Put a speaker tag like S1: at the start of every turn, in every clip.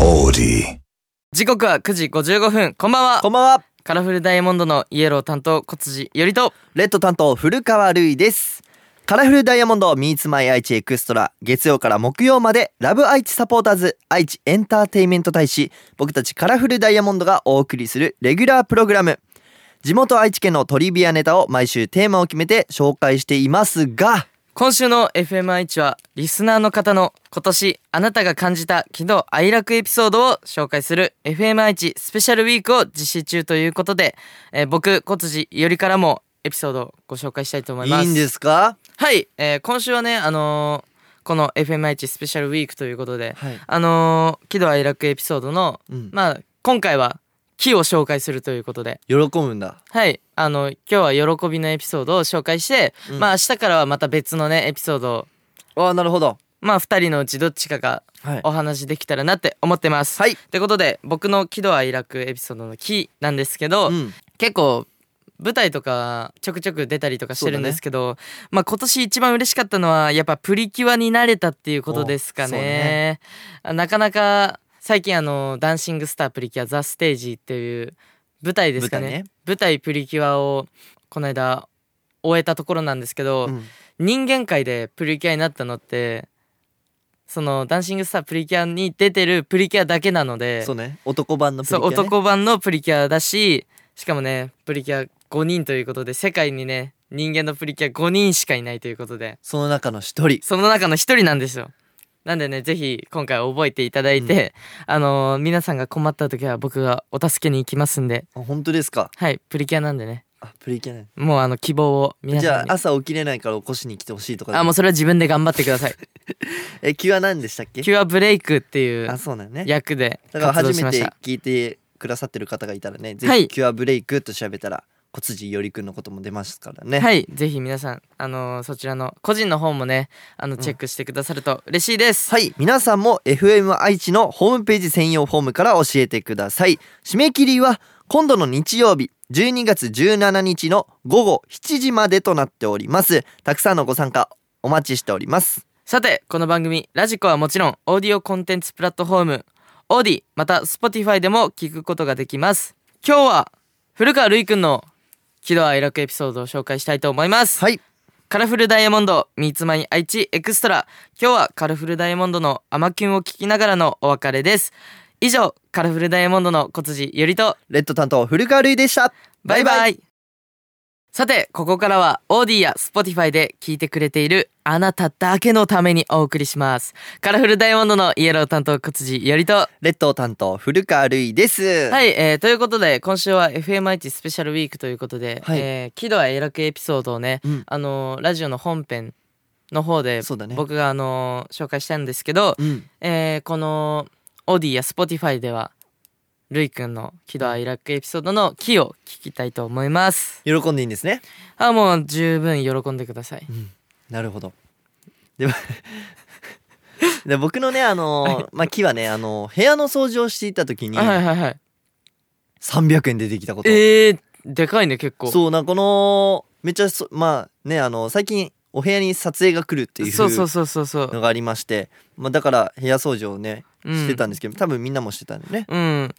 S1: オーデ
S2: 時刻は9時55分こんばんは
S3: こんばんは。
S2: カラフルダイヤモンドのイエロー担当小辻よりと
S3: レッド担当古川るいです。カラフルダイヤモンド Meets My 愛知エクストラ月曜から木曜までラブ愛知サポーターズ愛知エンターテイメント大使僕たちカラフルダイヤモンドがお送りするレギュラープログラム地元愛知県のトリビアネタを毎週テーマを決めて紹介していますが
S2: 今週の FMI1 はリスナーの方の今年あなたが感じた喜怒哀楽エピソードを紹介する FMI1 スペシャルウィークを実施中ということで、えー僕小辻よりからもエピソードをご紹介したいと思い
S3: い
S2: ます
S3: いんですか
S2: はい、えー今週はねあのーこの FMI1 スペシャルウィークということで
S3: はい、
S2: あのー喜怒哀楽エピソードの
S3: うん、
S2: まあ今回は木を紹介するということで
S3: 喜ぶんだ
S2: はいあの今日は喜びのエピソードを紹介して、
S3: うん
S2: まあ明日からはまた別のねエピソードを
S3: ああなるほど
S2: まあ2人のうちどっちかが
S3: はい
S2: お話できたらなって思ってます。
S3: はい
S2: ってことで僕の喜怒哀楽エピソードの「喜」なんですけど、
S3: うん
S2: 結構舞台とかちょくちょく出たりとかしてるんですけど、まあ今年一番嬉しかったのはやっぱプリキュアになれたっていうことですか
S3: おそう
S2: ね
S3: ね。
S2: あなかなか最近あの「ダンシングスタープリキュアザステージっていう舞台ですかね
S3: 舞
S2: 舞
S3: 台
S2: 台
S3: ね
S2: プリキュアをこの間終えたところなんですけど、
S3: うん
S2: 人間界でプリキュアになったのってその「ダンシングスタープリキュア」に出てるプリキュアだけなので
S3: そうね男版のプ
S2: そ
S3: リ
S2: う
S3: キュア、ね、
S2: 男版のプリキュアだししかもねプリキュア5人ということで世界にね人間のプリキュア5人しかいないということで
S3: その中の一人
S2: その中の1人なんですよなんでねぜひ今回覚えていただいて、あのー皆さんが困った時は僕がお助けに行きますんで
S3: あ本当ですか
S2: はいプリキュアなんでね
S3: あプリキュアね
S2: もうあの希望を皆
S3: じ
S2: さ
S3: ゃ
S2: んに
S3: あ
S2: あ
S3: 朝起きれないから起こしに来てほしいとか
S2: もうそれは自分で頑張ってください
S3: えキュア何でしたっけ
S2: キュアブレイクっていう
S3: あそうだよね
S2: 役で
S3: だから
S2: 活動
S3: 初
S2: し
S3: め
S2: ましてた
S3: 聞いてくださってる方がいたらねぜ
S2: は
S3: ひ
S2: い
S3: キュアブレイクと調べたら小辻よりくんのことも出ますからね
S2: はいぜひ皆さんあのーそちらの個人の方もねあのチェックしてくださると嬉しいです、
S3: はい皆さんも FM 愛知のホームページ専用フォームから教えてください締め切りは今度の日曜日12月17日の午後7時までとなっておりますたくさんのご参加お待ちしております
S2: さてこの番組ラジコはもちろんオーディオコンテンツプラットフォームオーディまた Spotify でも聞くことができます今日は古川るいくんの喜怒哀楽エピソードを紹介したいと思います、
S3: はい
S2: カラフルダイヤモンド三つまい愛知エクストラ今日はカラフルダイヤモンドの甘キュンを聞きながらのお別れです以上カラフルダイヤモンドの小辻ゆりと
S3: レッド担当古川るいでした
S2: バイバイさてここからはオーディや Spotify で聞いてくれているあなただけのためにお送りしますカラフルダイヤモンドのイエロー担当小辻よりと
S3: レッド担当古川るいです
S2: はいい、えー、ということで今週は FMIT スペシャルウィークということで、
S3: はい
S2: えー喜怒哀楽エピソードをね、
S3: うん
S2: あのーラジオの本編の方で
S3: そうだね
S2: 僕があのー紹介したんですけど、
S3: うん
S2: えーこのオーディや Spotify ではるいくんの喜怒哀楽エピソードの「喜」を聞きたいと思います
S3: 喜んでいいんですね
S2: あもう十分喜んでください
S3: なるほど。で で僕のねあのーまあ木はねあのー部屋の掃除をしていた時に
S2: あはいはいはい
S3: 300円出てきたこと、
S2: えー、でかいね結構
S3: そうなんかこのめっちゃそまあねあの最近お部屋に撮影が来るっていう
S2: そうそうそうそうそう
S3: のがありまして、まあ、だから部屋掃除をね
S2: うん
S3: してたんですけど、多分みんなもしてたんでね
S2: うん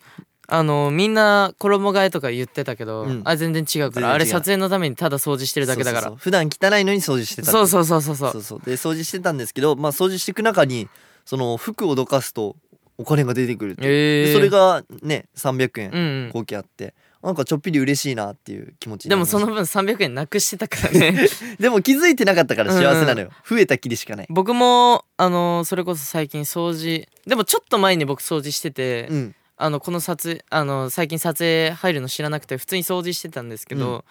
S2: あのみんな衣替えとか言ってたけど、
S3: うん
S2: あ全然違うから
S3: 全然違う
S2: あれ撮影のためにただ掃除してるだけだから
S3: そうそうそう普段汚いのに掃除してたってい
S2: そうそうそうそうそう
S3: そうそうで掃除してたんですけど、まあ、掃除していく中にその服をどかすとお金が出てくるっていう、
S2: え
S3: で
S2: ー、
S3: それがね300円、
S2: うんうん
S3: 光景あってなんかちょっぴり嬉しいなっていう気持ちに
S2: で
S3: なり
S2: も
S3: ました
S2: その分300円なくしてたから ね
S3: でも気づいてなかったから幸せなのよ、増えたきりしかない
S2: 僕もあのそれこそ最近掃除でもちょっと前に僕掃除してて、
S3: うん
S2: あのこの撮影あの最近撮影入るの知らなくて普通に掃除してたんですけど、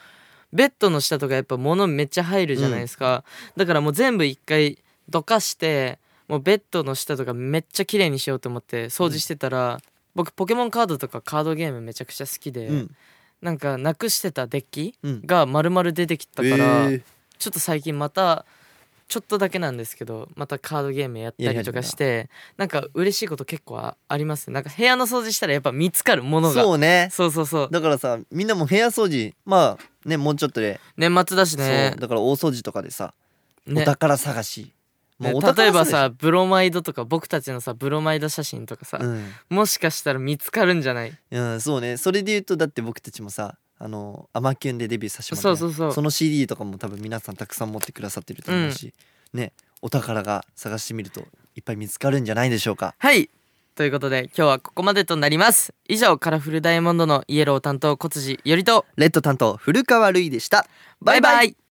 S2: ベッドの下とかやっぱ物めっちゃ入るじゃないですか、だからもう全部一回どかしてもうベッドの下とかめっちゃ綺麗にしようと思って掃除してたら、僕ポケモンカードとかカードゲームめちゃくちゃ好きで、
S3: うん
S2: なんかなくしてたデッキ
S3: うん
S2: が丸々出てきたから、
S3: えー
S2: ちょっと最近またちょっとだけなんですけどまたカードゲームやったりとかしてなんか嬉しいこと結構あありますねなんか部屋の掃除したらやっぱ見つかるものが
S3: そうね
S2: そうそうそう
S3: だからさみんなも部屋掃除まあねもうちょっとで、
S2: 年末だしね
S3: そうだから大掃除とかでさ、
S2: ね
S3: お宝探しもう
S2: ね
S3: お宝
S2: 例えば
S3: さ
S2: さブロマイドとか僕たちのさブロマイド写真とかさ、
S3: うん、
S2: もしかしたら見つかるんじゃない
S3: うん、そうねそれで言うとだって僕たちもさあのアマキュンでデビューさせてもら
S2: そ
S3: っ
S2: う
S3: て
S2: そうそう
S3: その CD とかも多分皆さんたくさん持ってくださってると思うし、ねお宝が探してみるといっぱい見つかるんじゃないでしょうか
S2: はいということで今日はここまでとなります以上カラフルダイヤモンドのイエロー担当小辻よりと
S3: レッド担当古川るいでした
S2: バイバイ